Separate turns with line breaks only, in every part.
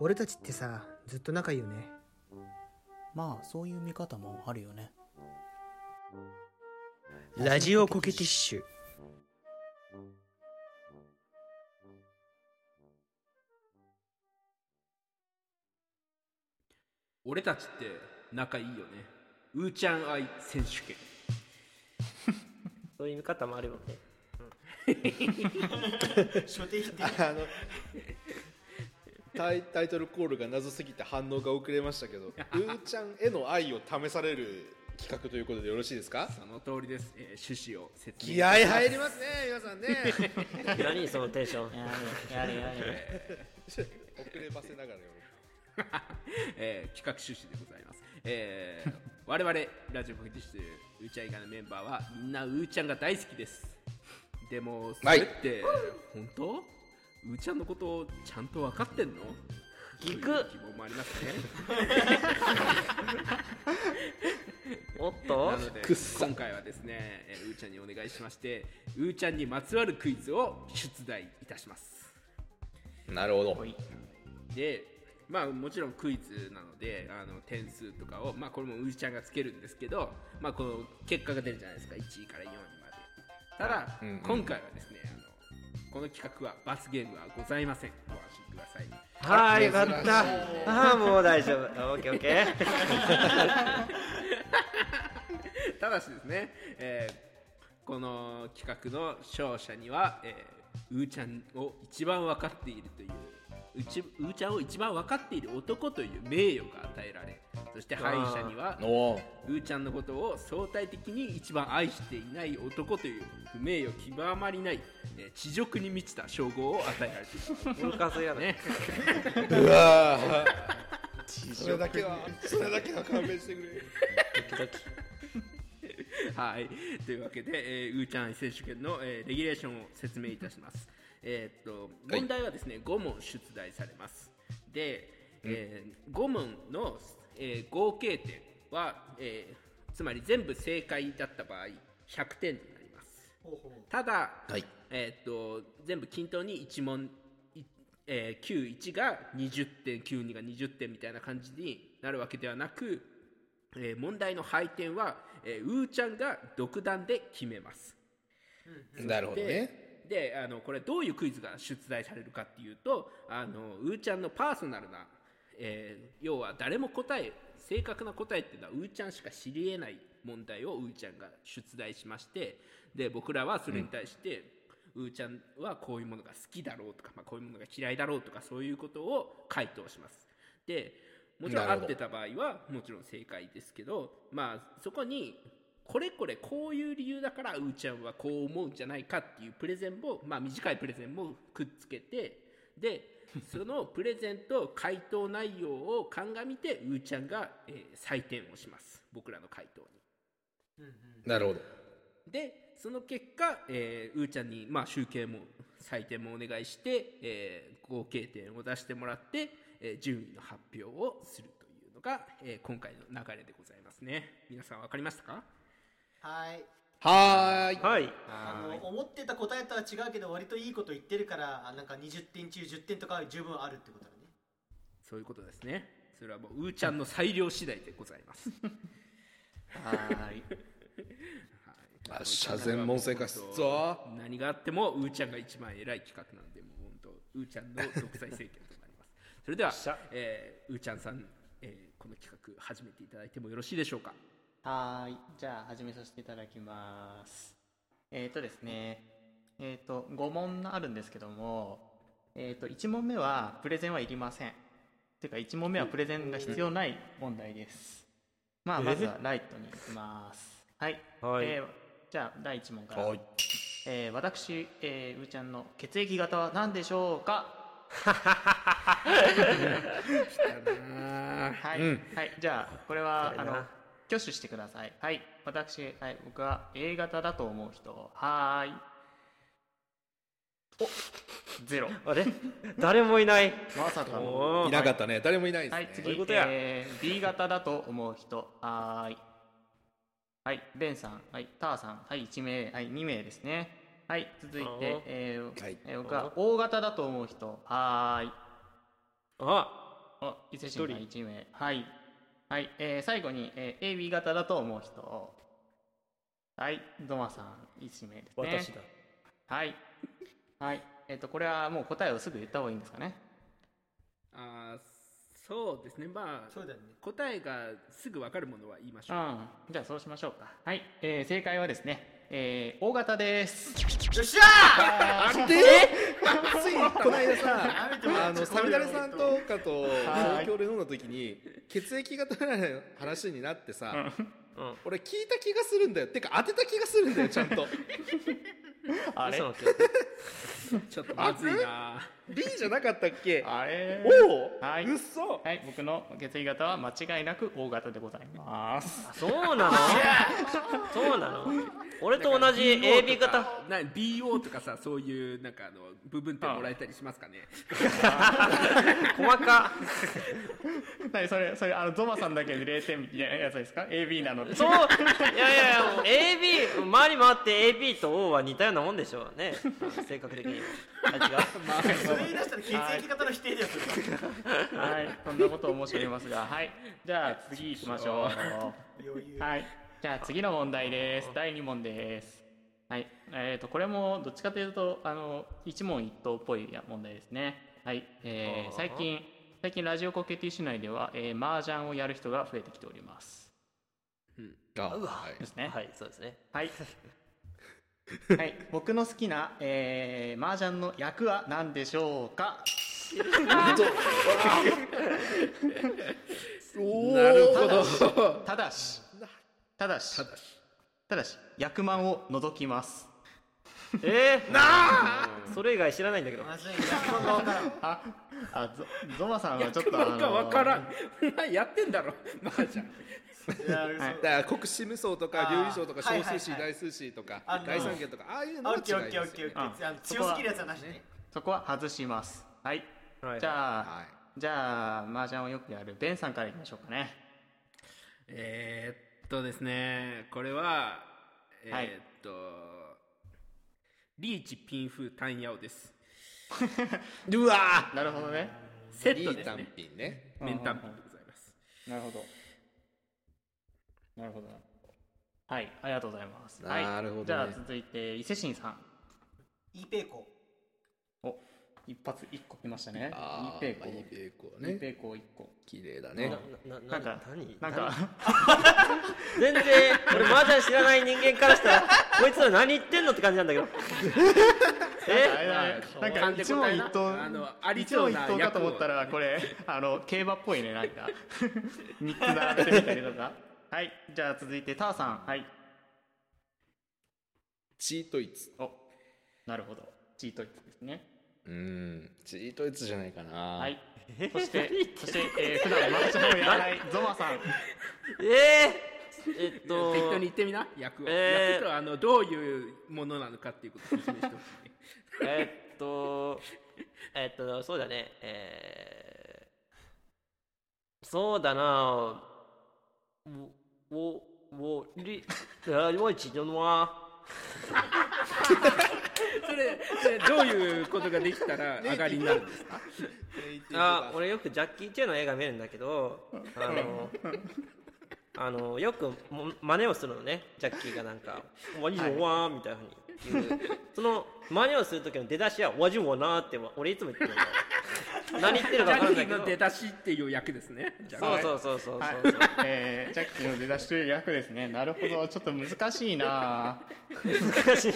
俺たちってさずっと仲いいよね
まあそういう見方もあるよね
ラジオコケティッシュ
俺たちって仲いいよねうーちゃん愛選手権
そういう見方もあるよ ね
あのタイタイトルコールが謎すぎて反応が遅れました けどうーちゃんへの愛を試される企画ということでよろしいですか
その通りです、えー趣旨を説明
気合入りますね皆さんね
何そのテンション
やれやれ
遅ればせながらよ
えー企画趣旨でございます、えー我々ラジオポケティッシュといううーちゃん以外のメンバーはみんなうーちゃんが大好きですでもそれって、本当うーちゃんのことをちゃんと分かってんの
ギク
という希望もありますね
おっと
なので今回はですね、えーうーちゃんにお願いしましてうーちゃんにまつわるクイズを出題いたします
なるほど
でまあもちろんクイズなのであの点数とかをまあこれもうーちゃんがつけるんですけどまあこの結果が出るじゃないですか1位から4位までただ、
うんうん
今回はですねあのこの企画は罰ゲームはございませんご安心ください
はーいよかったああもう大丈夫オッケーオッケー
ただしですね、えーこの企画の勝者には、えー、うーちゃんを一番分かっているといううちうーちゃんを一番分かっている男という名誉が与えられそして敗者には
お
うーちゃんのことを相対的に一番愛していない男という不名誉極まりない、えー、地獄に満ちた称号を与えられていま す
ムカついやね
ね
うわーそれだけはそれだけは勘弁してくれ
はい、というわけで、えー、うーちゃん愛選手権の、えーレギュレーションを説明いたします。えーっと
い
問題はですね、5問出題されます。で、え5問の、えー合計点は、えーつまり全部正解だった場合100点になります。ただ、
はい
えーっと全部均等に1問いえー91が20点92が20点みたいな感じになるわけではなく、えー問題の配点は、えー、うーちゃんが独断で決めます
なるほどね
でであのこれどういうクイズが出題されるかっていうとあのうーちゃんのパーソナルな、えー要は誰も答え正確な答えっていうのはうーちゃんしか知りえない問題をうーちゃんが出題しましてで僕らはそれに対して、うーちゃんはこういうものが好きだろうとか、まあ、こういうものが嫌いだろうとかそういうことを回答しますでもちろん合
なる
っ
ほど
てた場合はもちろん正解ですけどまあそこにこれこれこういう理由だからうーちゃんはこう思うんじゃないかっていうプレゼンもまあ短いプレゼンもくっつけてでそのプレゼンと回答内容を鑑みてうーちゃんが、えー採点をします僕らの回答に。
なるほど
でその結果、えーうーちゃんに、まあ、集計も採点もお願いして、えー合計点を出してもらって、えー順位の発表をするというのが、えー今回の流れでございますね皆さん分かりましたか
はい
はーい
はい
あの思ってた答えとは違うけど割といいこと言ってるからあなんか20点中10点とかは十分あるってことだね
そういうことですねそれはもううーちゃんの裁量次第でございます
はい
あ車前門正解すっぞ
何があってもうーちゃんが一番偉い企画なんでもう本当うーちゃんの独裁政権となりますそれでは
ゃ、
えーうーちゃんさん、えーこの企画始めていただいてもよろしいでしょうか
はーい。じゃあ、始めさせていただきます。えっ、ー、とですね、えっ、ー、と、5問あるんですけども、えっ、ー、と、1問目は、プレゼンはいりません。ていうか、1問目はプレゼンが必要ない問題です。まあ、まずはライトに行きます。はい。
はい
えーじゃあ、第1問から。
はい
えー私、えー、うーちゃんの血液型は何でしょ うかはい、はい、じゃあ、これは、
こ
あ
れな
の、挙手してください。はい、私、はい、僕は A 型だと思う人、はーい。おゼロ。
あれ 誰もいない
まさかの。
お
い
ー
なかったね誰もいないです
は
ね
どうい
い、次
うこ、とや
えー、B 型だと思う人、はーい。はい、ベンさん、はい、ターさん、はい、1名、はい、2名ですね。はい、続い
あ
て
ー、
えー
はい
えー僕は大型だと思う人、はーい。
あ
あ、伊勢神宮
一
1名。はい。はい、えー最後に、えー AB 型だと思う人。はい、ドマさん、1名ですね。
私だ。
はい。はい。えっ、と、これはもう答えをすぐ言った方がいいんですかね。
あーそうですねまあ
そうだよね
答えがすぐ分かるものは言いまし
う。
ょうん
じゃあそうしましょうか。はい。えー正解はですね、えー、大型です。
よっしゃ
つい この間さ
ーやめてもら
あ
っちゃ
の
困
サ
る
ミ
よ
ダレさんとかと
はい
東京で飲んだ時に血液型の話になってさ
うん
俺聞いた気がするんだよてか当てた気がするんだよちゃん と
あれ
嘘だけ
ちょっとまずいな
B じゃなかったっけ
あれ
おお
はい。
うっそ
はい、僕の血液型は間違いなく O 型でございます。
そうなのそうなの俺と同じ AB 型
な BO とかさそういうなんかあの部分点もらえたりしますかね
細か
何それ、それ、あの、ゾマさんだけで0点みたいなやつですか ?AB なので。
そういやいやいやもう AB 回り回って AB と O は似たようなもんでしょう ね性格的にあ違う
それ言い出したら血液型の否定ですよ
はい、そんなことを申し上げますが、はい。じゃあ次行きましょ
余裕
う。はい。じゃあ次の問題です。第2問です。はい。えっ、と、これもどっちかというと、あの、一問一答っぽい問題ですね。はい。え
あ
ー、
ー
最近、最近ラジオコケティ市内では、えー、麻雀をやる人が増えてきております。
あはい
ですね。
はいそうですね
はい。はい、僕の好きな、えー、麻雀の役は何でしょうか
なる
た
ほ
だ
ど
し、ただし、ただし、ただし、役満を除きます。
えー、なあそれ以外知らないんだけど
まずいなこの
あ、あ、ゾゾマさんはちょっと、
なんか分から
ん。
ん お前やってんだろマージャン
いや嘘
はい
だから国士無双とか
あー
料理賞とか
はい
小
はい
数
は
紙
い
大数紙とか
あのー
大三元とかああいうの
あ
は
オ
違
ッ
い
ケーオ
ま
ッ
す
ケー
よね
オッケーオッケーあの
そこ
強
は
すぎるやつはなしね
そこは外します。はい。
はい
じゃあ、
はい
じゃあ、麻雀をよくやるベンさんからいきましょうかね。
えーっとですねこれはえ
はい
ーっと、リーチピンフータンヤオです
うわ
なるほどね。
セ
ー
ッ
リ
トです
ー単
ね
品ね
メンタンピンでございます
なるほど。なるほど。はい、ありがとうございます。
なるほど
は
ね
い、じゃあ続いて伊勢神さん。
イペコ
お、一発一個来ましたね。
あ
一
ー
平
まあ
行
いいベーコン
一
ね
平行一個。
綺麗だね
なな
なんか
何
なんか
何全然俺麻雀知らない人間からしたらこいつら何言ってんのって感じなん だけど
あれ
え
だねな
勘
んか
で
一
答
問
え
一
な
答
あのありそうな
一問一答かと思ったら これあの競馬っぽいねなんか 三つ並べてみたりとかはいじゃあ続いてターさんはい
チートイツ
おなるほどチートイツですね
うーんチートイツじゃないかなは
はいそ してそして、えー、普段マッチョをやらないゾマさん
えー、えっと
適当に言ってみな役を、
えー
役とはあのどういうものなのかっていうことを説明してほしい
えっとえっとそうだねえー、そうだなおおおりあもう一度のは
それそれどういうことができた ら上がりになるんですか
あ俺よくジャッキー・チェンの映画見るんだけどあのあのよくも真似をするのねジャッキーがなんか「ワジュワー」みたいなふうに言う、その真似をする時の出だしは「ワジュワナー」って俺いつも言ってるんだよ何言って
ジ
るか
ャ
分か
ッ
るん
キ
だ
ー
け
の出
ど
だしっていう役ですねじゃあ
そうそうそうそうそう、
はいえー、ジャッキーの出だしという役ですねなるほどちょっと難しいな
難しい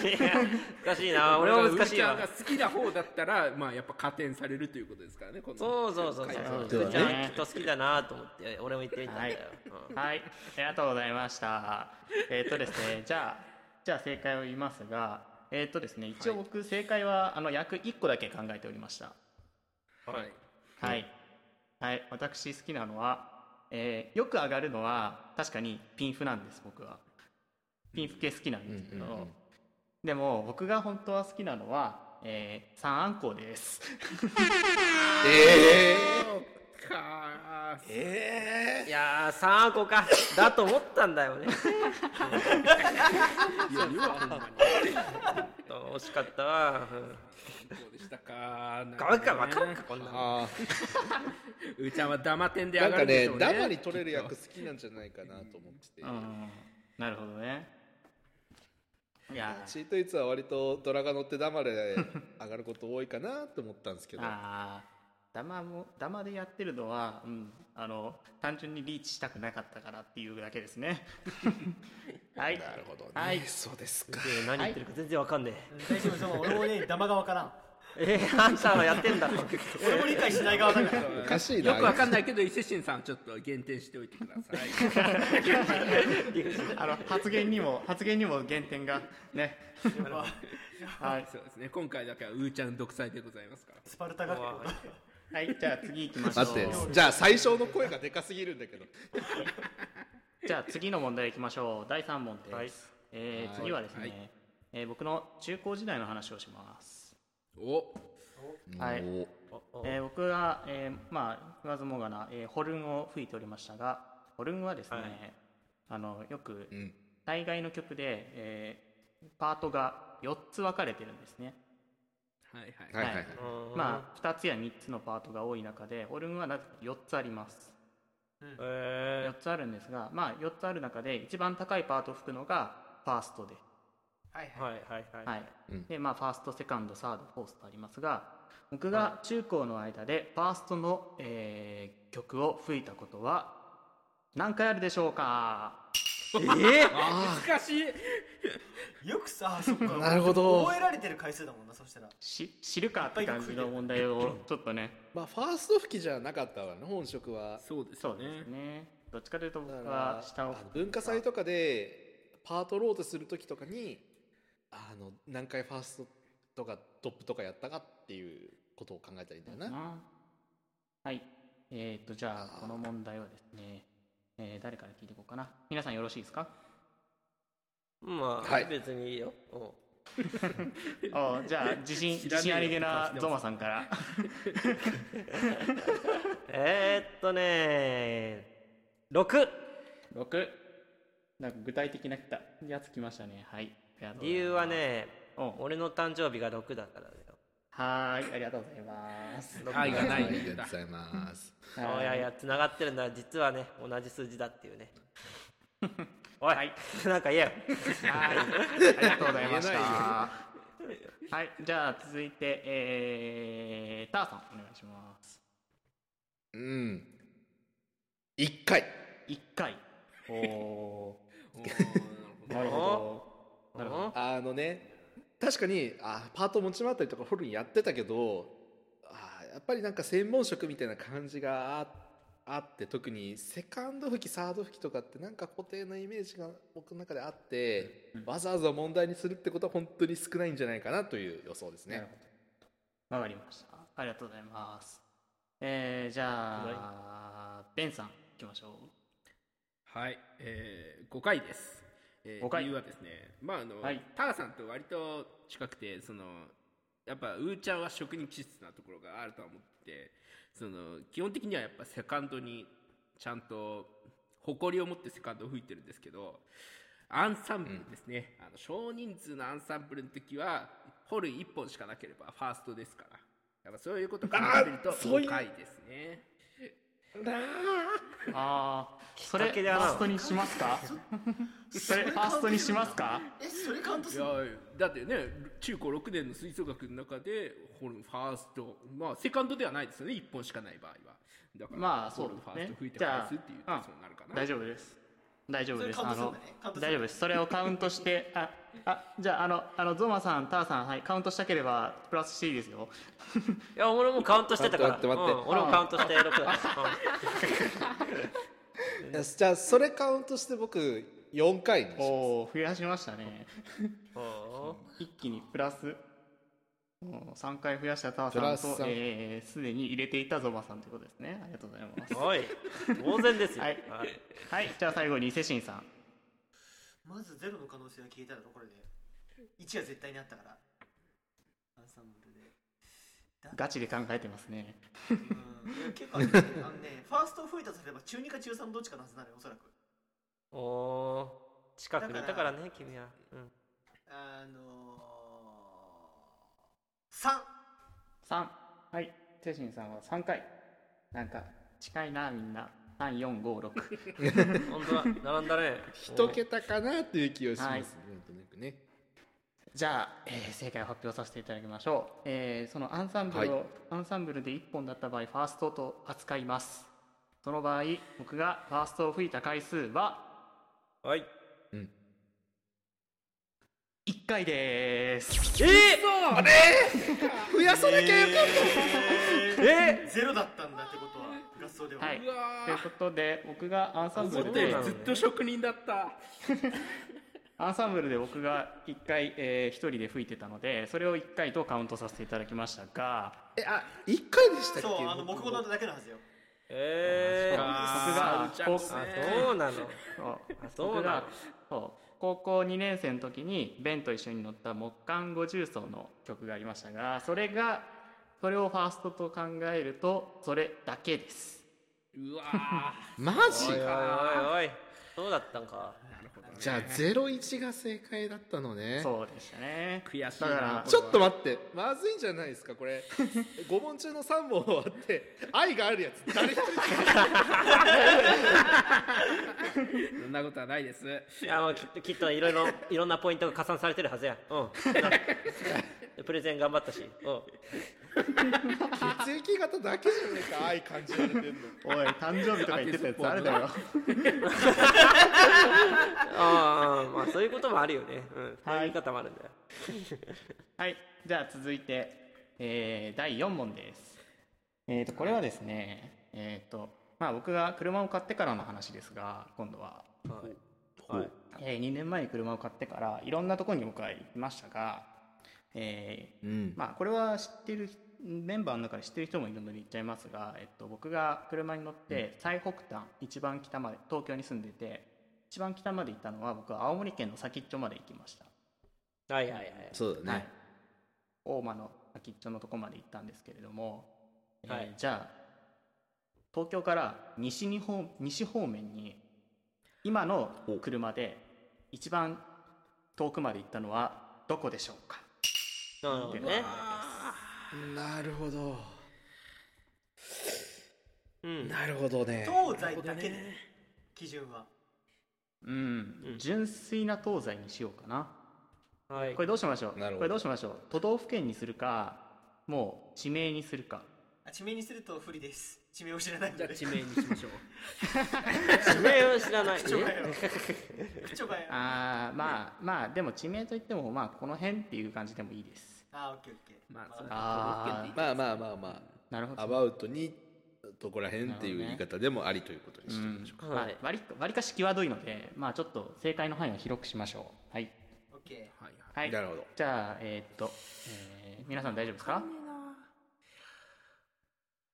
難しいな 俺は難しい
だ
わ
からウーちゃんが好きな方だったらまあやっぱ加点されるということですからねこの
そうそうそう
はい
そう
そ
そうう、
だね
じゃあきっと好きだなと思って俺も言ってみたんだよ、うん
はい、ありがとうございました。えーっ、とですね、じゃあ、じゃあ正解を言いますが、えーっ、とですね、一応僕正解は、あの約1個だけ考えておりました。
はい
はい、はい、私好きなのは、えーよく上がるのは確かにピンフなんです僕は。ピンフ系好きなんですけど、
うんうんうん
でも僕が本当は好きなのは、えー、三アンコウです。
ええ
かー
え
いやー3個かだと思ったんだよね
いやよほんまに
惜しかったわうん
そうでしたかー
わかわかるかこんなの
あ
うーちゃんはダマ点で
あ
上が
なんか
るで
ね
しょうね
ダマに取れる役好きなんじゃないかなと思ってて
うんなるほどねいやー
チートイツは割とドラが乗ってダマで上がること多いかなと思ったんですけど
ああダマもダマでやってるのは、うん、あの単純にリーチしたくなかったからっていうだけです ねはい
なるほどね、
はい
そうですか
えー何言ってるか全然わかんね
大丈夫そう俺もねダマがわからん
ええー、あんたはやってんだと
俺も理解しない側だから
おかしいな
よくわかんないけど伊勢神さんはちょっと減点しておいてください
あの発言にも発言にも減点がねはい
そうですね今回だけはうーちゃん独裁でございますから
スパルタがってこと
はいじゃあ次行きましょう
待ってじゃあ最初の声がでかすぎるんだけど
じゃあ次の問題いきましょう第3問です、
はい
えー
はい
次はですね、
はい
えー僕の中高時代の話をします、
お
はい
お
えー僕は、えーまあ言わずもがな、えーホルンを吹いておりましたがホルンはですね、
はい
あのよく
うん
大概の曲で、えーパートが4つ分かれてるんですね、
はいはい
はいはいはい
まあ2つや3つのパートが多い中でホルンはなぜか4つあります
あえ
4つあるんですがまあ4つある中で一番高いパートを吹くのがファーストで
ー、はいはいはい、
はい
うん
でまあ、ファーストセカンドサードフォースとありますが僕が中高の間でファーストの、えー曲を吹いたことは何回あるでしょうか
難しい
よくさあそっか
なるほど
覚えられてる回数だもんなそしたら
し知るかって感じの問題をちょっとね
まあファースト吹きじゃなかったわね本職は
そうです
そ
よ
うです
ね
ねどっちかというと僕
だ
は
か
下を
ら文化祭とかでパートローテする時とかにあの何回ファーストとかトップとかやったかっていうことを考えたらいいんだよな、
はいえっ、とじゃあこの問題はですね、えー誰から聞いていこうかな皆さんよろしいですか
まあ、
はい
別にいいようん
あ じゃあ自信
知らねえよ
自信ありげなゾマさんから
えー、っとねー6
6なんか具体的なやつきましたねはいありがとうございます
理由はね
うん
俺の誕生日が6だからだよ
はーいありがとうござい ます
6
愛がない
あり
ん
がと
だ
うございます
そういやいや繋がってるんだ実はね同じ数字だっていう ねおい、なんか言えよ
はいありがとうございましたはいじゃあ続いてえー、ターさんお願いします
うん1回
1回おお
おー
ーなるほどなるほど
あのね確かにあパート持ち回ったりとかホルンやってたけどあやっぱりなんか専門職みたいな感じがああって特にセカンド吹きサード吹きとかってなんか固定のイメージが僕の中であって、わざわざ問題にするってことは本当に少ないんじゃないかなという予想です
なる
ね。
ほどわかりましたありがとうございますえー、じゃあベンさんいきまし ょ
はい、えー、5回です、えー、
5回
理由はですねまああの、
はい
ターさんと割と近くてそのやっぱうーちゃんは職人気質なところがあるとは思っててその基本的にはやっぱセカンドにちゃんと誇りを持ってセカンドを吹いてるんですけどアンサンブルですね、あの少人数のアンサンブルの時はホルン1本しかなければファーストですからやっぱそういうことを考えると
あーそうい
5
う
回ですね
うああそれフ
きっかけで
ァ
あの
ーストにしますかそれファーストにしますか
えそれカウント
い
す
や
る
だってね中高6年の吹奏楽の中でホルンファーストまあセカンドではないですよね1本しかない場合はだから
まあそう
ホルンファ
ね
ースト吹いて
じゃあ
返すっていうとそうなるかな
大丈夫です大丈夫です
それカウ
あ
ントするん
の
だねカウントするんだ
大丈夫ですそれをカウントしてああじゃああのあのゾマさんターさんはいカウントしたければプラスしていいですよ
いや俺もカウントしてたから
待って待って
うん俺もカウントして6だった、うん
よしじゃあそれカウントして僕4回にします
おお増やしましたね
お
一気にプラスもう3回増やしたタ
プラ
ー
ス
さんと
三
えーすで、に入れていたゾマさんということですねありがとうございます
おい当然ですよ、
はい
はい
はいじゃあ最後に伊勢神さん
まずゼロの可能性が消えたらこれで1が絶対にあったからアンサンブルで
ガチで考えてますね。
うんいや結構あるんです ねあのねファーストを吹いたとすれば中2か中3どっちかのはずなのよおそらく
おー近くにいたからね君は、うん、
あのー、3
3はい精神さんは3回なんか近いなみんな3456
本当だ並んだね
一桁かなという気がします
は
ね
い
なんとなくね
じゃあ、えー正解を発表させていただきましょう、えーそのアンサンブルを、アンサンブルで1本だった場合ファーストと扱いますその場合僕がファーストを吹いた回数は
はい
1回です
えー、
増やさなきゃよかっ
え
ゼロだったんだってことは合奏では、
はい
わ
ということで僕がアンサンブ
思
ル
ったよ
で
りずっと職人だった
アンサンブルで僕が1回、え1人で吹いてたのでそれを1回とカウントさせていただきましたが
えあ一回でしたっけ
そうあの木語だっただけのはずよ
えー、
あ僕が高校
あそうなの
そう
あそう
僕
な
がそう高校2年生の時にベンと一緒に乗った木管五重奏の曲がありましたがそれがそれをファーストと考えるとそれだけです
うわ
マ
おい
ジ
おいおい
か
おいそうだったんか
じゃあゼロ一が正解だったのね
そうでしたね
悔しい
だ
な
から
ちょっと待ってまずいんじゃないですかこれ 5問中の3問終わって 愛があるやつ誰一人
そんなことはないです
いやもうきっときっとい ろいろいろんなポイントが加算されてるはずやうんな プレゼン頑張ったしうん
血液型だけじゃねえか愛感じられてん の
おい誕生日とか言ってたやつあるだろ
ああまあそういうこともあるよねうんそういう
はい
言い方もあるんだよ
はいじゃあ続いて、えー第4問ですえっ、とこれはですねえっ、とまあ僕が車を買ってからの話ですが今度は
はい、はい、
えー2年前に車を買ってからいろんなところに僕は行きましたが、えーまあ、これは知ってるメンバーの中で知ってる人もいるので言っちゃいますが、えっと、僕が車に乗って最北端一番北まで東京に住んでて一番北まで行ったのは僕は青森県の先っちょまで行きました
はいはいはい
そうだ
はい、大間の先っちょのとこまで行ったんですけれども、えー
はい
じゃあ東京から西日本西方面に今の車で一番遠くまで行ったのはどこでしょうか
なるほどね
なるほど
うん
なるほどね
東西だけね基準は
うん、純粋な東西にしようかな
はい
これどうしましょう
なるほど
これどうしましょう都道府県にするかもう地名にするか
あ地名にすると不利です地名を知らないの
じゃあ
で
地名にしましょう
地名を知ら ない
口調がよ口調がよあ
あーまあまあでも地名といってもまあこの辺っていう感じでもいいです
あオッケーオッケー
まあそん
ま
な
あ
都道府県でいい
まあまあまあま
なるほ
あ
ど
アバウトにどこら辺っていう言い方でもありということにしてみましょうか、
は
はいい、割り割りかし際どいので、まあ、ちょっと正解の範囲を広くしましょう。はい、
オッケ
はいはい
はい、
なるほど
じゃあ、えーっと、えー皆さん大丈夫ですか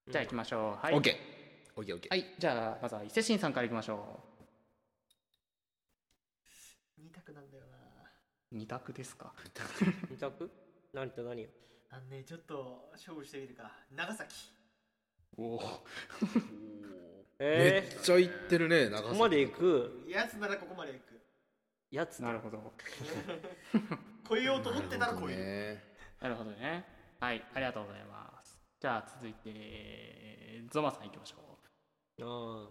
じゃあ行きましょう。はい、
オッケーオッケーオッケー
はい、じゃあまずは伊勢神さんから行きましょ
ー2択なんだよな
う。二択です か。
二択何と何よ
あのねちょっと勝負してみるか長崎
おお。
め
え
っちゃ行ってるね
ー、
長
ここ
崎
まで行く
やつならここまで行く
やつ
なるほど。
超えようと思ってたら超える
ね
なるほどね。はい、ありがとうございます。じゃあ続いて、えーゾマさん行きましょう。
うん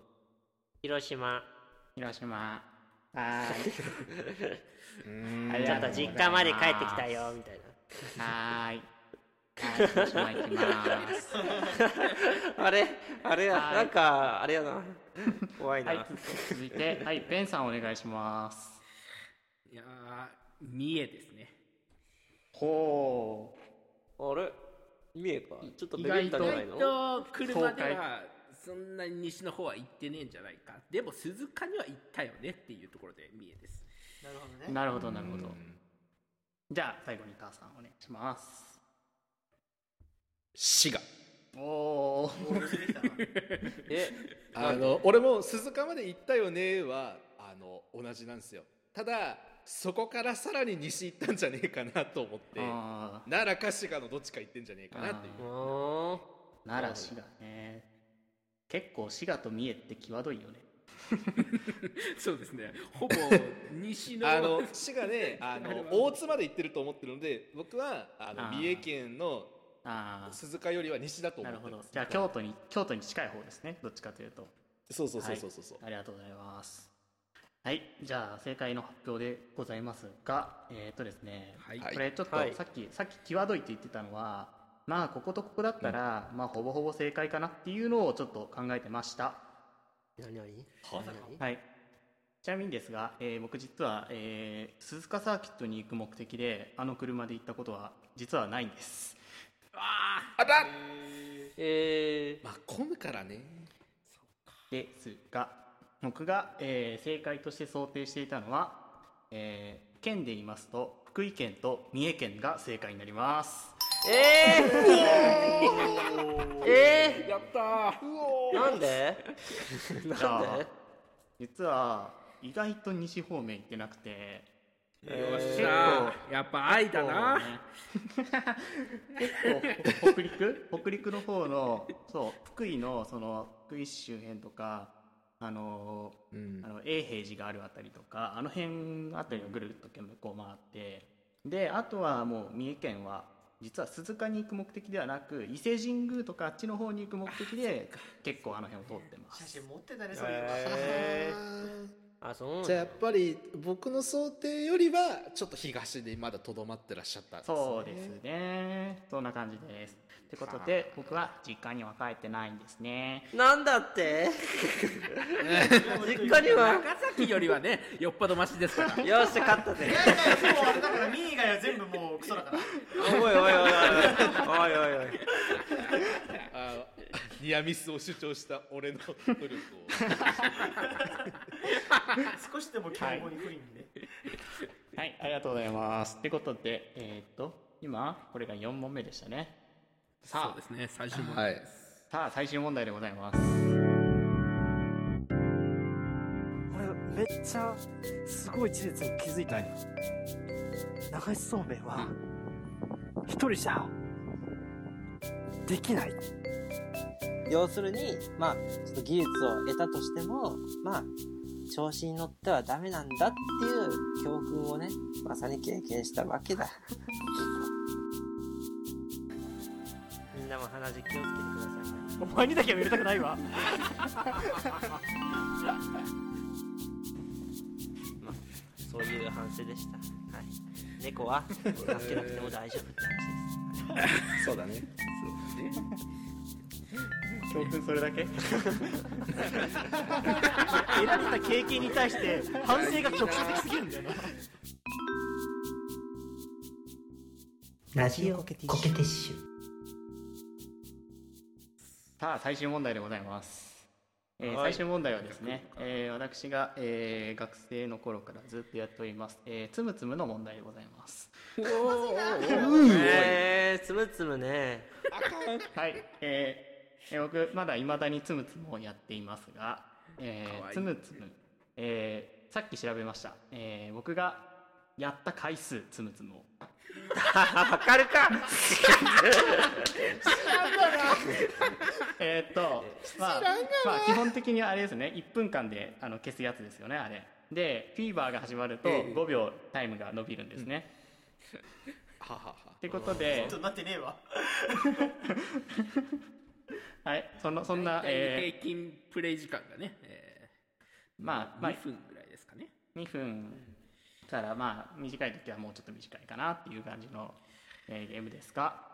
広島
広島。 はーい。あり
ちょ
が
っ
と
と
うござい
実
ます
家まで帰ってきたよみたい
はーい。はい、広島行きます。
なあれあれや
はい
なんかあれやな怖いな、
はい、 続いて、はい、ペンさんお願いします。
いやー三重ですね
ほ
あれ見えかちょっと
意
ベベ
外
った
と
んじゃ
意
ないの
外と車ではそんなに西の方は行ってねえんじゃないかでも鈴鹿には行ったよねっていうところで三重です
なるほど
う。
ね
なるほど、なるほど。じゃあ、最後に母さんお願いします。
滋賀
おー。
おー寄せてきたな
え
あの俺も鈴鹿まで行ったよねはあの同じなんですよただそこからさらに西行ったんじゃねえかなと思って
あ
奈良か滋賀のどっちか行ってんじゃねえかなっていう
あ
ー奈良滋賀ね結構滋賀と三重って際どいよね
そうですねほぼ西 の
あの滋賀であの大津まで行ってると思ってるので僕はあの
あー
三重県の
あ
鈴鹿よりは西だと
あな
思っ
る
てま
ほ
す
どじゃあ京都に京都に近い方ですねどっちかというと
そうそうそうそうそうそう、
ありがとうございますはいじゃあ正解の発表でございますがえっ、とですね、
はい
はい
これちょっと
はい
さっき、さっき際どいって言ってたのはまあこことここだったら、まあほぼほぼ正解かなっていうのをちょっと考えてました
何何
はいちなみにですが、えー僕実は、えー鈴鹿サーキットに行く目的であの車で行ったことは実はないんです
え
まあ混むからね
ですが僕が、えー正解として想定していたのは、えー県で言いますと福井県と三重県が正解になります
ー、えー、え
やったー
ー、なんで なん
じゃあ
で
実は意外と西方面行ってなくて
よっしゃーやっぱ愛だな、
結構北陸 北陸の方のそう福井のその福井市周辺とかあのーあの永平寺があるあたりとかあの辺あたりをぐるっとこう回ってであとはもう三重県は実は鈴鹿に行く目的ではなく伊勢神宮とかあっちの方に行く目的で結構あの辺を通ってま
写
す
真持ってたねそうい
え
え
ー、あそう
じゃあやっぱり僕の想定よりはちょっと東でまだとどまってらっしゃったんですね
そうですねそんな感じですってことで僕は実家には帰ってないんですね
なんだ って
ば実
実家には
長崎よりはね よっぽどマシですから
よっしゃ勝ったぜ
いやいやもうあれだからミー以外は全部もうクソだから
おいおいおいおいおいおいおい
あのニアミスを主張した俺の努力を
少しでも強豪に不利にね、
はい、ありがとうございます。ってことで、えーっと、今、これが4問目でしたね。
そ
さ
う
あ
で、すね最終問題、
はい
さあ、最終問題でございます。
俺めっちゃすごい事実に気づいたんよ流しそうめんは一人じゃできない
要するに、まあ、ちょっと技術を得たとしても、まあ、調子に乗ってはダメなんだっていう教訓をね、まさに経験したわけだ。
みんなも鼻血気をつけてくださいね
お前にだけは見れたくないわ。
まあそういう反省でしたはい 猫は助けなくても大丈夫って話です
そうだね
教訓それだけ得られた経験に対して、反省が局所的すぎるんだよね。
ラジオコケティッシュ
さあ、最終問題でございます。えー
はい
最終問題はですね、えー私が、えー学生の頃からずっとやっております、えーつむつむの問題でございます。
えー、つむつむね
はい、えーえー僕まだいまだにつむつむをやっていますが、え
かわい
ー、
い
つむつむ、えーさっき調べました、えー僕がやった回数つむつむを
わかるか
えーっと、まあ、まあ基本的にあれですね1分間であの消すやつですよねあれでフィーバーが始まると5秒タイムが伸びるんですね、
ははは
ってことで
ちょっとなってねえわ
はいそのそんな、え
平均プレイ時間がね、え
ーまあ
ー
まあ
2分ぐらいですかね
2分からまあ短い時はもうちょっと短いかなっていう感じの、えーゲームですが、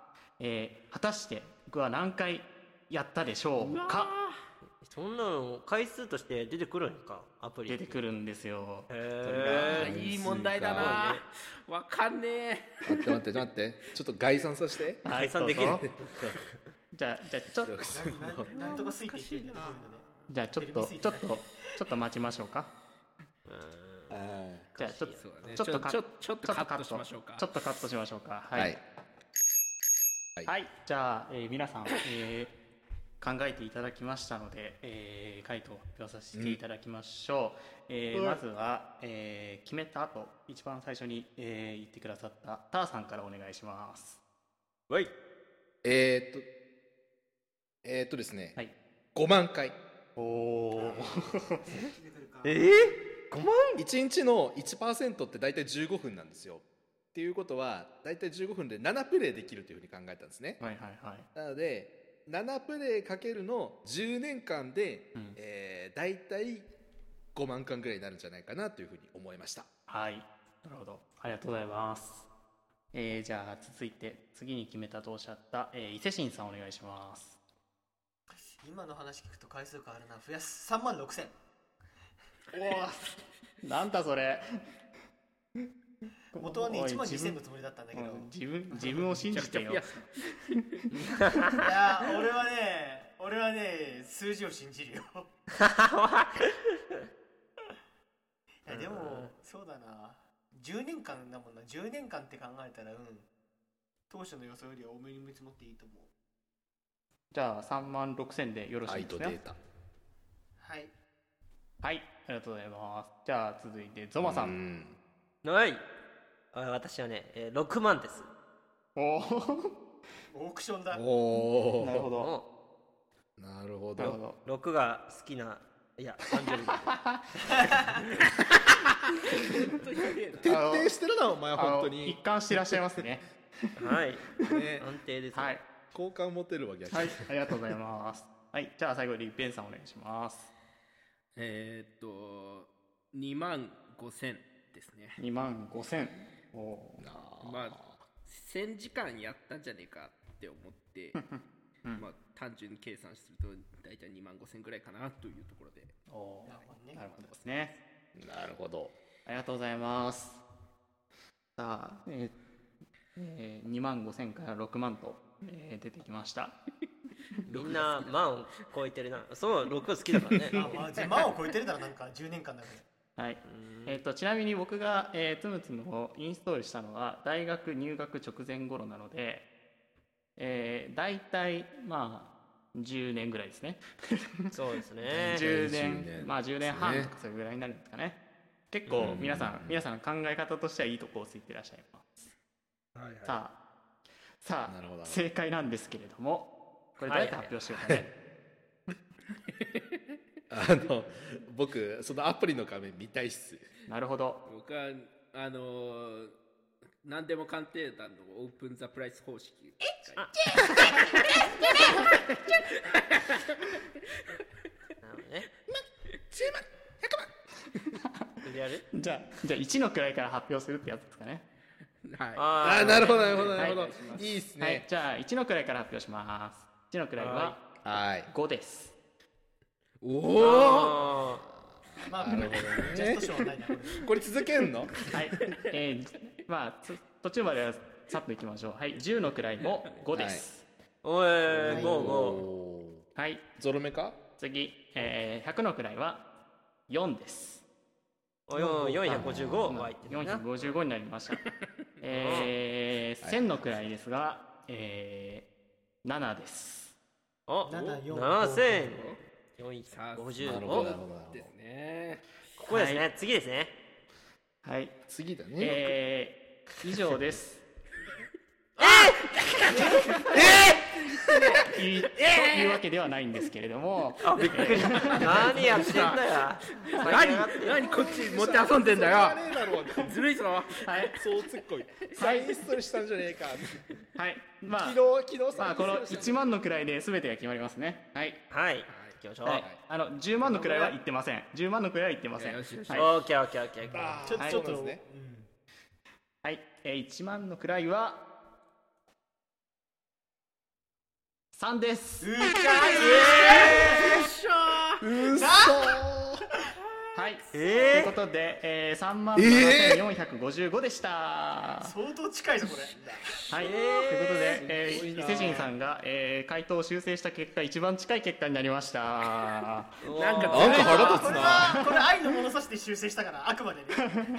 えー果たして僕は何回やったでしょうか
そんなの回数として出てくるんかアプリ
出てくるんですよ
へ
あいい問題だなわかんねえ
待って待って待ってちょっと概算させて
ー、解散できる
はいどうぞじゃあじゃあちょっと
なんなんとかついていってるんだよねこういうのね
じゃあちょっとちょっとちょっと待ちましょうかじゃあちょっ
そうだね
とちょっとカ
ち
ッ
ょちょっとカットしましょうか
ちょっとカットしましょうかは
はいい
はい、じゃあ、えー皆さん、えー考えていただきましたので、えー回答を発表させていただきましょう、えーまずは、えー決めた後一番最初に、えー言ってくださったターさんからお願いします
わい
えー、っとえー、っとですね、
はい
5万回
おお
えー、5万
1日の1%って大体15分なんですよっていうことは大体15分で7プレイできるというふうに考えたんですね
はいはいはい
なので7プレイかけるの10年間で、
うん
えー、大体5万巻ぐらいになるんじゃないかなというふうに思いました
はい。なるほど。ありがとうございます。えー、じゃあ続いて次に決めたとおっしゃった、えー、伊勢神さんお願いします。
今の話聞くと回数変わるな増やす3万6000
おお。なんだそれ。
元はね
おい
1万2000の
自
つもりだったんだけ
分
ど
うん自分自分を信じてよ
いや。
いやー俺はね俺はね数字を信じるよ いやでもそうだな10年間だもんな10年間って考えたらうん当初の予想よりは多めに見積もっていいと思う
じゃあ三万六千でよろし
愛
いで
と
す
デー
ね。
タ
はい
はい。ありがとうございます。じゃあ続いてゾマさ。
うんん
はいあ私はね、えー、6万です
おお。
オークションだ
お
なるほ
お
ど。
なるほ
なるほ
ど
ど。
6が好きないや誕生日だ
徹底してるなお前
あ
本
の
当
一
に
貫していらっしゃいますね。
はい
ね
安定です、ね
はい。
好感持てるわ逆に、
はい。ありがとうございます。 はい。じゃあ最後にベンさんお願いします。
えーっと2万5000ですね
2万5千。おお。
まあ1000時間やったんじゃねえかって思って、まあ、単純に計算すると大体2万5000ぐらいかなというところで
おー
なるほどね
なるほどですね。
なるほど
ありがとうございます。さあ、ええ2万5千から6万と、えー出てきました。
みんな万を超えてるなそう6好きだからね
あ、まあ、じゃあ万を超えてるだろなんか10年間だから
はい。えっ、と、ちなみに僕が、えー、つむつむをインストールしたのは、大学入学直前頃なので、えー、大体、まあ、10年ぐらいですね。
そうですね
10
10
年
年
まあ10年半
です
と
ね
かそれぐらいになるんですかね結構皆さん、皆さん考え方としてはいいとこをついてらっしゃいます、さあさ
なるほど
あ正解なんですけれどもこれどうやって発表しようかね、
あの僕そのアプリの画面見たいっす
なるほど
僕はあのー何でも鑑定団のオープンザプライス方式
なるほどね10万100万やる
じゃあじゃあ1の位から発表するってやつですかね
は
あ
あ
ー
なるほどなるほどな
はい
るほ
お願いしま
どいいっす
はい
ね
じゃあ1の位から発表します1の位は
はい
5です
いおお
あ
まあこれジャストショーはないなこれ
これ続けんの
はいえー、まあつ途中まではさっといきましょうはい10の位も5です
ーおえー55
おー
はい
ゾロ目か
次、えー、100の位は4です。
およ455
今
は入ってるな
455になりました。えー、1000の位ですが、えー、7です。
お
7 4
7455
なるほどなるほどなる
で
ほど
すね
ここですね、次です ね
はい。
次だね
えー、以上です。えー、えというわけではないんですけれども、
あびっくり何やってんだよ
何何こっち持って遊んでんだ よ
ねえだろ
ずるいぞ
はい、
そうつっこい再インストールしたんじゃねえか
はい、まあ、
昨日昨日
まあ、この1
万
万の位で全てが決まりますね。はい。
はい行きましょう、
はい、あの10万の位は言ってません10万の位は言ってません
よしよし
はい、
オーケーオーケーオーケーオーケー
あ
ちょっと、
はい
ちょっと、
そうなんです
はいえー、1万の位は3です
うー
うっそ
はい、とい
え
う
ー、
ことで、えー、3万
え
7455でした、
相当近いぞこれ
はい、ということで、えー、伊勢神さんが、えー、回答を修正した結果一番近い結果になりました
なんか
なんか腹立
こ
つな
れはこれ愛の物差しで修正したからあ くまでね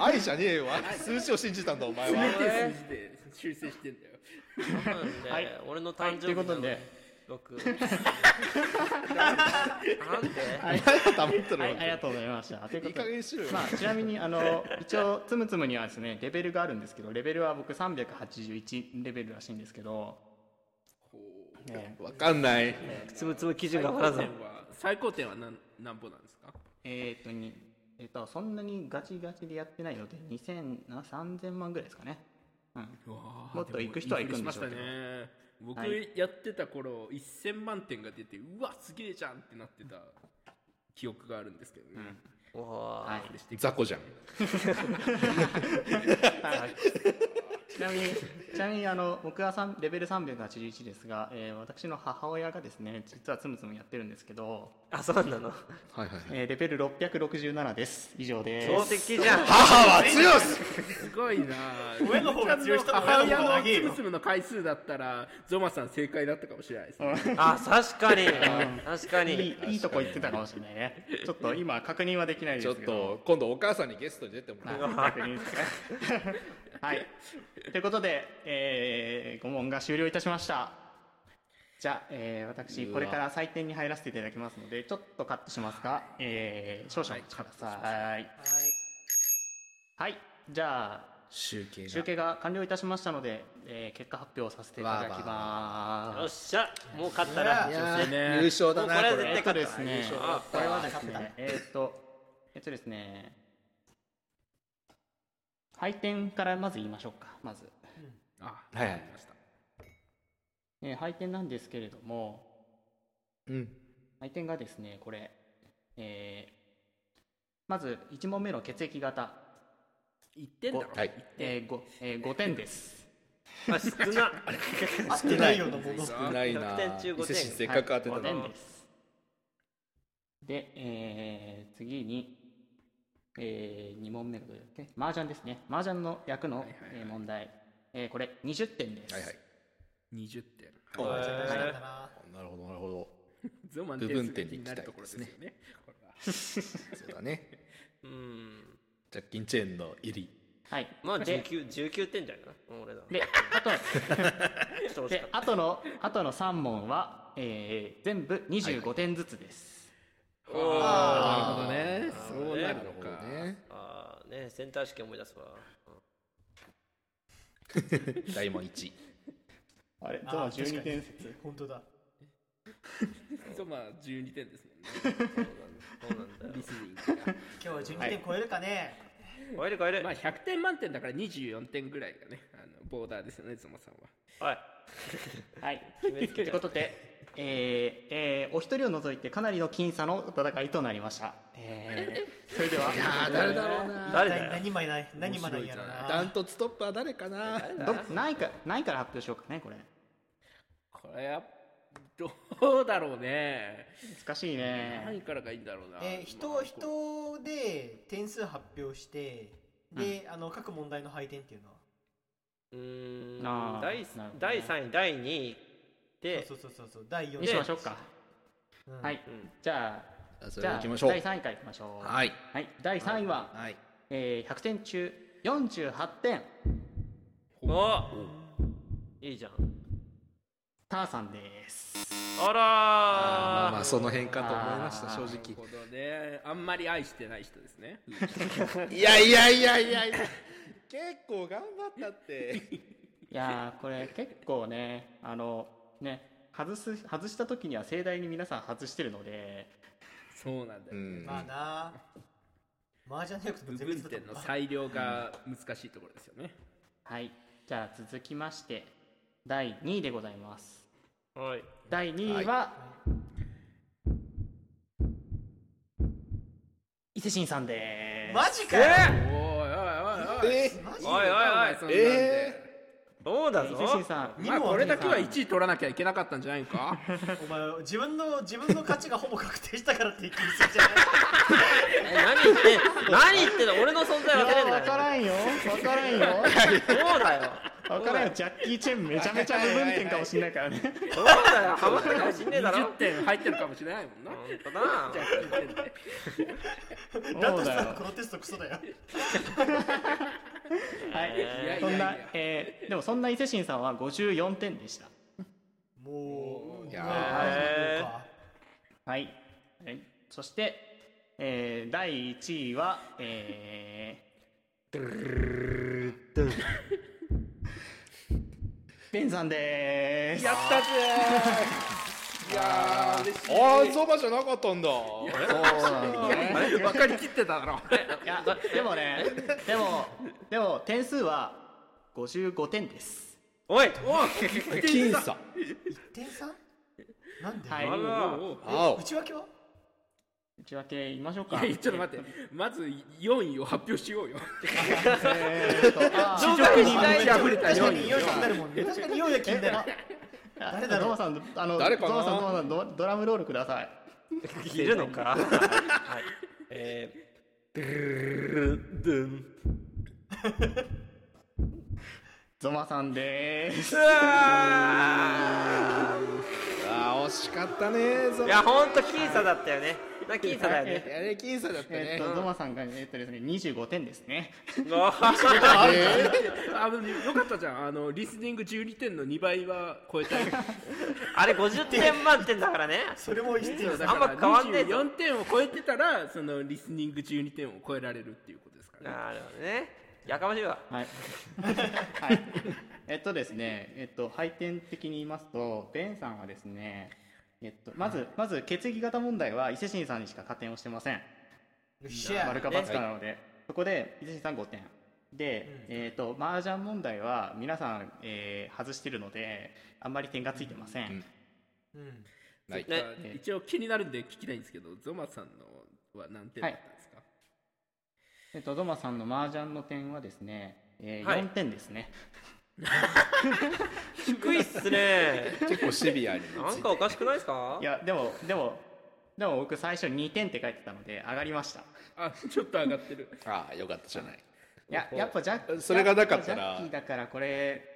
愛じゃねえわ数字を信じたんだお 前は
全て数字で修正してんだよ
そうなんだよ
はい
俺の
はい、
誕生
と
日
いうこと
なのに
で、
僕なんで
はい
黙ってろ
はい、ありがとうございました。ということで
いい加減にしろよ
まあ、ちなみに、あの、一応、つむつむにはですね、レベルがあるんですけど、レベルは僕381レベルらしいんですけど、ね
わかんない
つむつむ基準が分からず
最高点は最高点は何何歩なんですか
えーっと、に、えーっと、そんなにガチガチでやってないので、2000、な3000万ぐらいですかね。うん。もっと行く人は行くんでしょうけ
いい
ど
振りしましたね僕、
はい
やってた頃1000万点が出てうわすげえじゃんってなってた記憶があるんですけどね、
はい。
雑魚じゃん
ちなみに、ちなみにあの僕はさんレベル381ですが、えー私の母親がですね、実はつむつむやってるんですけど、
あそうなの
はいはい
えーレベル667です。以上です。
強敵じゃん
母は強し
すごいな
上の方が強い人の
母
親の
親
方が
の
上げ
つ
よ
むつむの回数だったらゾマさん正解だったかもしれないですね
あ確かに確か
い
に
いいいとこ行ってたかもしれないね。ちょっと今確認はできないで
ちょ
す
っ
けど。
と今度お母さんにゲストに出てもらう
はい確認ですね はい。ということで、え5問が終了いたしました。じゃあ、えー私、これから採点に入らせていただきますので、ちょっとカットしますが、えー少々お待ちください。はい。じゃあ、
集計
集計が完了いたしましたので、えー結果発表させていただき
よ
ま
っ
す。
しゃもう勝ったな
ね優勝だな
もうこれ
こ
は
れ
絶
えっ
対
と
勝っ
で
た
すね、これ
あ
はですね、えーっと、えっとですね、配点からまず言いましょうか、まず。
あ
はいはい
わかりました
えー、配点なんですけれども、
うん
配点がですね、これ、えーまず1問目の血液型、
1点だろ、
はい
えーごえー、5点です。
あ少な
合ってないようなもの
少ないな
得点中五点
伊勢神せっかく当てた
はい5
のに
点です。で、えー次に、え2問目がどれだっけ麻雀ですね。麻雀の役の、えー問題。えーこれ、20点です。
はいはい
20点
なんだな
なるほどなるほど
ゾマの
部
点
分
数が
点
気
でい
に
き
な
たい
るところ
で
です
す
よねこれは
ねそうだね
うん
ジャッキンチェーンの入り
はい
まあ
で
19 19点じゃないかなうん俺だ
で、あ と、
ちょっと惜し
で
かっ
あとの、あとの3問は、えー全部25点ずつです。
たおー
あ
なるほどねそうなる
な
の
るほ
か
どね
あーねセンター試験思い出すわ
大門1
あれ、
あー
12点
確かに本当だ
ゾマ12点ですもん ね
そうなんだよ
リスニングが
今日は12点超えるかね、
超える超え る
まあ100点満点だから24点ぐらいがねあのボーダーですよねゾマさんは
はい
はい。ということで、 えーえーお一人を除いてかなりの僅差の戦いとなりました。えーそれでは、
誰だろうな
誰だ
何
よ
何枚ない何枚ないやろ
ダン
な
トツトップは誰かな
どないか、ないから発表しようかね、これ。
これはどうだろうね
難しいね。
何からがいいんだろうな
えー
ま
人
あ
人で点数発表してで、あの各問題の配点っていうのは
うーん
あー
第
なるほどね
第3位第2位で
そうそうそうそう第4
にしましょうか。
うん
はい
うん。
じゃあ、
あそ
じ
れ
ゃ
行
あ、
きましょう
第3位からいきましょう。。
はいい
第3位は、
はい
えー100点中48点、
おいいじゃん
ターさんです。
あらー
まあまあその辺かと思いました
あ
正
ー
なる
直
ほどねあんまり愛してない人ですね
いやいやいやいやいや 結構頑張ったって
い やー、これ結構ね、あの、ね、外す、外した時には盛大に皆さん外してるので、
そうなんだよ、
うん
まあな麻雀の役と
部
全
分
滅だ
点の
った
裁量が難しいところですよね
はい。じゃあ続きまして、第2位でございます。
はい
第2位は、伊勢神さんです。
マジかよ
おいおいおいおい
え
マジ
おいおい
そんなん
おい
で
そうだ
伊勢神
ぞ
さん、
まあこれだけは
伊
1位取らなきゃいけなかったんじゃないのか
お前自分の自分の価値がほぼ確定したからって言ってるじゃない
え何言ってん何言ってんの俺の存在忘れ
や
ん
わ
だ
からんよ。わからんよ。
そうだよ
わからんよ。ジャッキー・チェンめちゃめちゃ部分点かもしれないからね。
そうだよハマったかもしんねえだろ
20点入ってるかもしれないもんな
本当だな
じゃあ20点で
だ
そ
と
うだ
した
よ
ら。このテストクソだよ
はい。そんな、えーでもそんな伊勢神さんは54点でした。
もう
いやー
はい
はい、はい、そして、えー第1位は、えー、ベンさんでーす
やったぜーいやー嬉しい
ああ、そばじゃなかったんだ。
分かりきってただろ
いやでもねでもでも点数は55点です
おいおい
僅差。
点差なんで、
はい
おうおう
あ
内訳は
内訳言いましょう
おう
か
いや ちょっと待ってまず4位を発表しようよ
えーっとあー
非常に
ない
溢れた
確かに
4位
匂い気になるもんね確かに匂いが気になる
誰だゾウさんあの
誰かな
ゾウさんゾウさんドドラムロールください
いるのかはいえー、ドゥルルルン
ゾマさんで ーす
あー、惜しかったねー。ゾ
いやほんと僅差だったよねな僅差だよね
いやね、僅差だった
え
ね
ーっ。とゾマさんがえーっとですね25点ですね
うわ
あのよかったじゃんあのリスニング12点の2倍は超えたい
あれ50点満点だからね
それも必要だ
あんま変わんねえぞ
24点を超えてたらそのリスニング12点を超えられるっていうことですからね
なるほどねやかましいわ
はい、はい、えっとですねえっと配点的に言いますとベンさんはですねえっとまずまず血液型問題は伊勢神さんにしか加点をしてません
よっしゃ
丸か×かなので、そこで伊勢神さん5点で、えっと麻雀問題は皆さん、えー外してるのであんまり点がついてません、
うん
うん
はい
ね
まあ一応気になるんで聞きたいんですけどゾマさんのは何点だったんですか、
えっとゾマさんの麻雀の点はですね、えー
はい
4点ですね、
低いっすね
結構シビアに。
なんかおかしくないですか
い、やでもでもでも僕最初2点って書いてたので上がりました
あちょっと上がってる
ああ、よかったじゃない。
いや、やっぱジャッキー。
それがなかったら
ジャッキーだから、これ。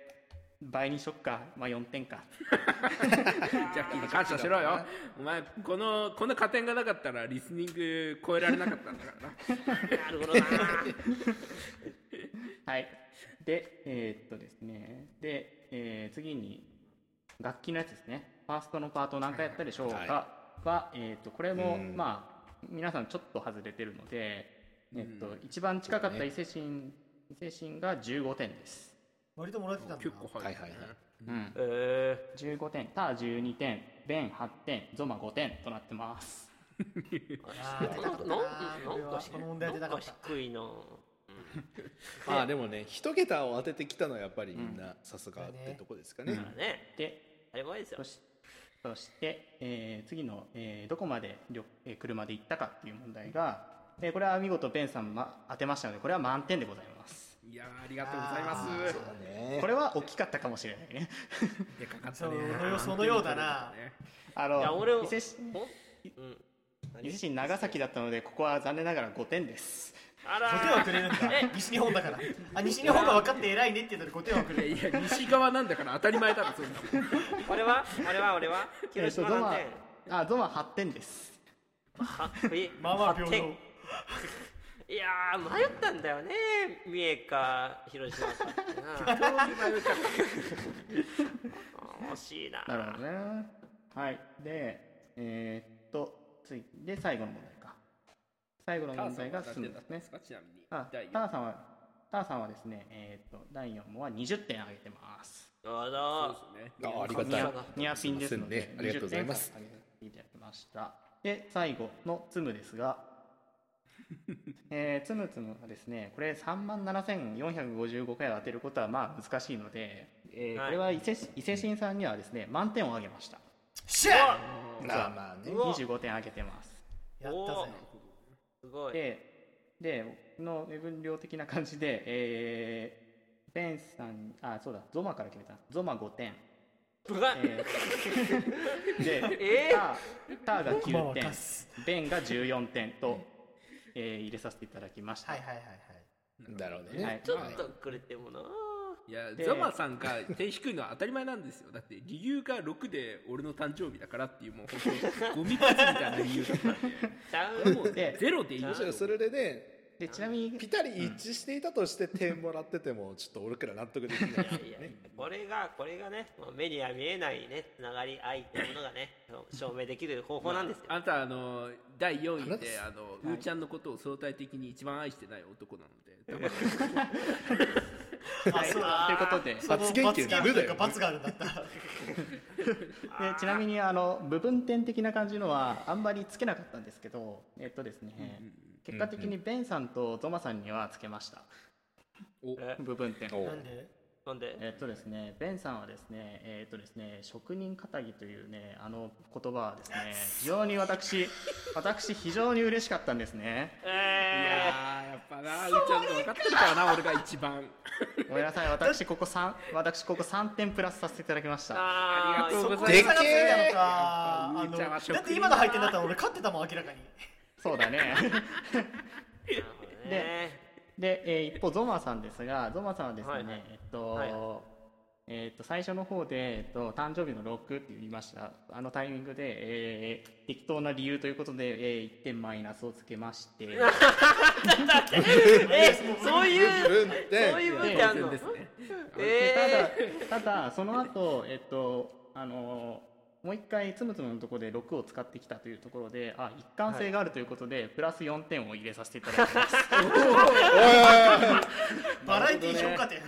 倍にしよっか、まあ、4点 か。
ジャッキーに感謝しろよお前このこの加点がなかったらリスニング超えられなかったんだからな
なるほどな
はい。で、えーっとですね。で、えー次に。楽器のやつですね。ファーストのパート何回やったでしょうか。はえーっと、これも、
うん
まあ、皆さんちょっと外れてるので。えっと、一番近かった伊勢神。伊勢神が15点です。
割ともらってたんだ
結構入ったね
はいはいはい
うん。
え
15点、ター12点、ベン8点、ゾマ5点となってます。
あー出なかった
なな
な
ん
俺
か
は
し
この問題は出な
なん
か
か
った
低いな
まあでもね、一桁を当ててきたのはやっぱりみんなさすがってとこですかね。
ね
で、
当たり前ですよ
そしそして、えー次の、えーどこまで旅、えー車で行ったかっていう問題が、えーこれは見事ベンさん、ま、当てましたのでこれは満点でございます
いやーありがとうございます
そうだね
これは大きかったかもしれないね
でかかった
そ
ね
うそのよそのようだな
あ
いや俺
の
を
伊勢市
ほんうん
伊勢市長崎だったのでここは残念ながら5点です
あら
5点はくれるんだ
え
西日本だからあ西日本が分かって偉いねって言ったら5点は くれる
いやいや西側なんだから当たり前だろそんなもん
俺は俺は俺は広島なん
えー
て
とゾマあゾマ8点です
かっこいい
まあまあ平等
勝手いやー迷ったんだよね三重か広島かって なあー惜しいな
なるほどねはいでえーっとついで最後の問題か最後の問題が進むんですね
ちなみに
あ
第四
ターさんはターさんはですねえーっと第4問は20点上げてます
どう
そう
ぞ
ですね
あありが
ニ
たい
ア。ニアピンですのです
いませんねありがとうございます
20点差し上げていただきましたで最後のツムですが えー、ツムツムはですねこれ3万7455回を当てることはまあ難しいので、えー
は
こ
い
れは伊勢伊勢神さんにはですね満点をあげました
シェやっ
まあまあね。
うわ
25点あげてます
たぜ
すごい
ででこの分量的な感じでえー、ベンさんあそうだゾマから決めたゾマ5点
うわ
えーで、
え
ターターが
熊
9
は
点
勝つ
ベンが14点と、えー入れさせていただきました、
はいはいはいはい
だろう
は
ね
い。
ちょっとくれてもない
や
で
ゾマさんが点低いのは当たり前なんですよだって理由が6で俺の誕生日だからっていうもう本当ゴミくずみたいな理由だったんで
ちゃ
もう
う
ゼロでいい
む
よ
し
むしろそれでね、
でちなみに
ぴったり一致していたとして点もらっててもちょっと俺から納得できない
いやいやこれがこれがねもう目には見えないねつながり愛ってものがね証明できる方法なんですよ、
あなたあの第4位で
話
あの、うーちゃんのことを相対的に一番愛してない男なのでだから
あそうだ
ということで
その
罰ゲームっていうの
罰があ
いる
る
だ
と
よ
いうか罰があるんだった
でちなみにあの部分点的な感じのはあんまりつけなかったんですけどえっとですね、結果的にベンさんとゾマさんにはつけました、
え
部分点
お
なんで
なんで
えっとですねベンさんはですねえっとですね職人かたぎというねあの言葉は ですね非常に私私非常に嬉しかったんですね
い
え
やーやっぱなうーちゃんの分かってるからな俺が一番
ごめんなさい私ここ3私ここ3点プラスさせていただきまし
ー、
た
あ
ありがとうござ
で
い
っ
ま
差
す
がついたの
や
か
っぱ
あ
うーちゃんは
の
職人
だって今の配点だったら俺勝ってたもん明らかに
そうだね
ーなるほどね
で、えー一方ゾマさんですがゾマさんはですね、
はいはい
えっと、
はい
えっと最初の方で、えっと、誕生日の6って言いましたあのタイミングで、えー適当な理由ということで、え1点マイナスをつけまして
えそういう
分点
そういう分ってあんの
ですね
え
でただただそ の後えっとあのもう一回つむつむのところで6を使ってきたというところであ一貫性があるということで、プラス4点を入れさせていただ きます
バラエティー評価点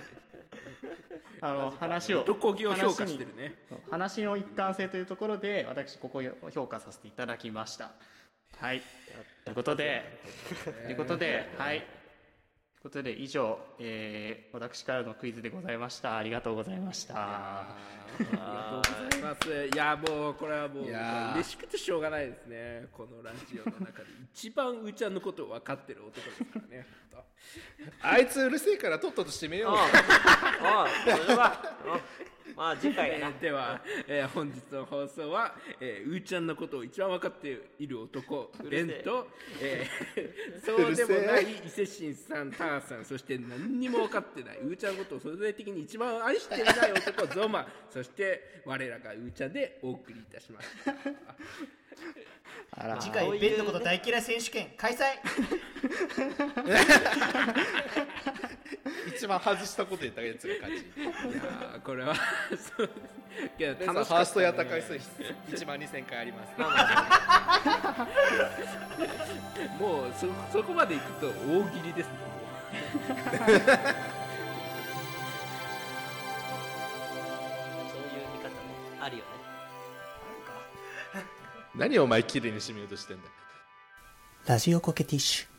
あの話を
どこぎを評価してるね
話の一貫性というところで私ここを評価させていただきましたはいということでということで はいということで以上、えー私からのクイズでございましたありがとうございました
ありがとうございます。いやもうこれはもう
いやー
嬉しくてしょうがないですね。このラジオの中で一番うーちゃんのことを分かってる男ですからね。本
あいつうるせえからとっとと締めよ
お
う
うおうそれはおうまあ次
当
回
え
やな
ーでは、えー本日の放送は、えー、うーちゃんのことを一番分かっている男
うるせ
レ
え
ンと、え ーそうでもな
う
い伊勢神さんターさんそして何にも分かってないうーちゃんのことを相対的に一番愛していない男ゾマそして我らがうーちゃんでお送りいたしました。
次回ベンのこと大嫌い選手権開催
一番外したこと言ったやつが勝ち
いやーこれは そういや
レンさん
楽しか
ファ
っ
ーストやったた回数1万2000回あります
もうそそこまでいくと大喜利ですね
そういう見方もあるよね
何をお前綺麗に締めようとしてんだ
ラジオコケティッシュ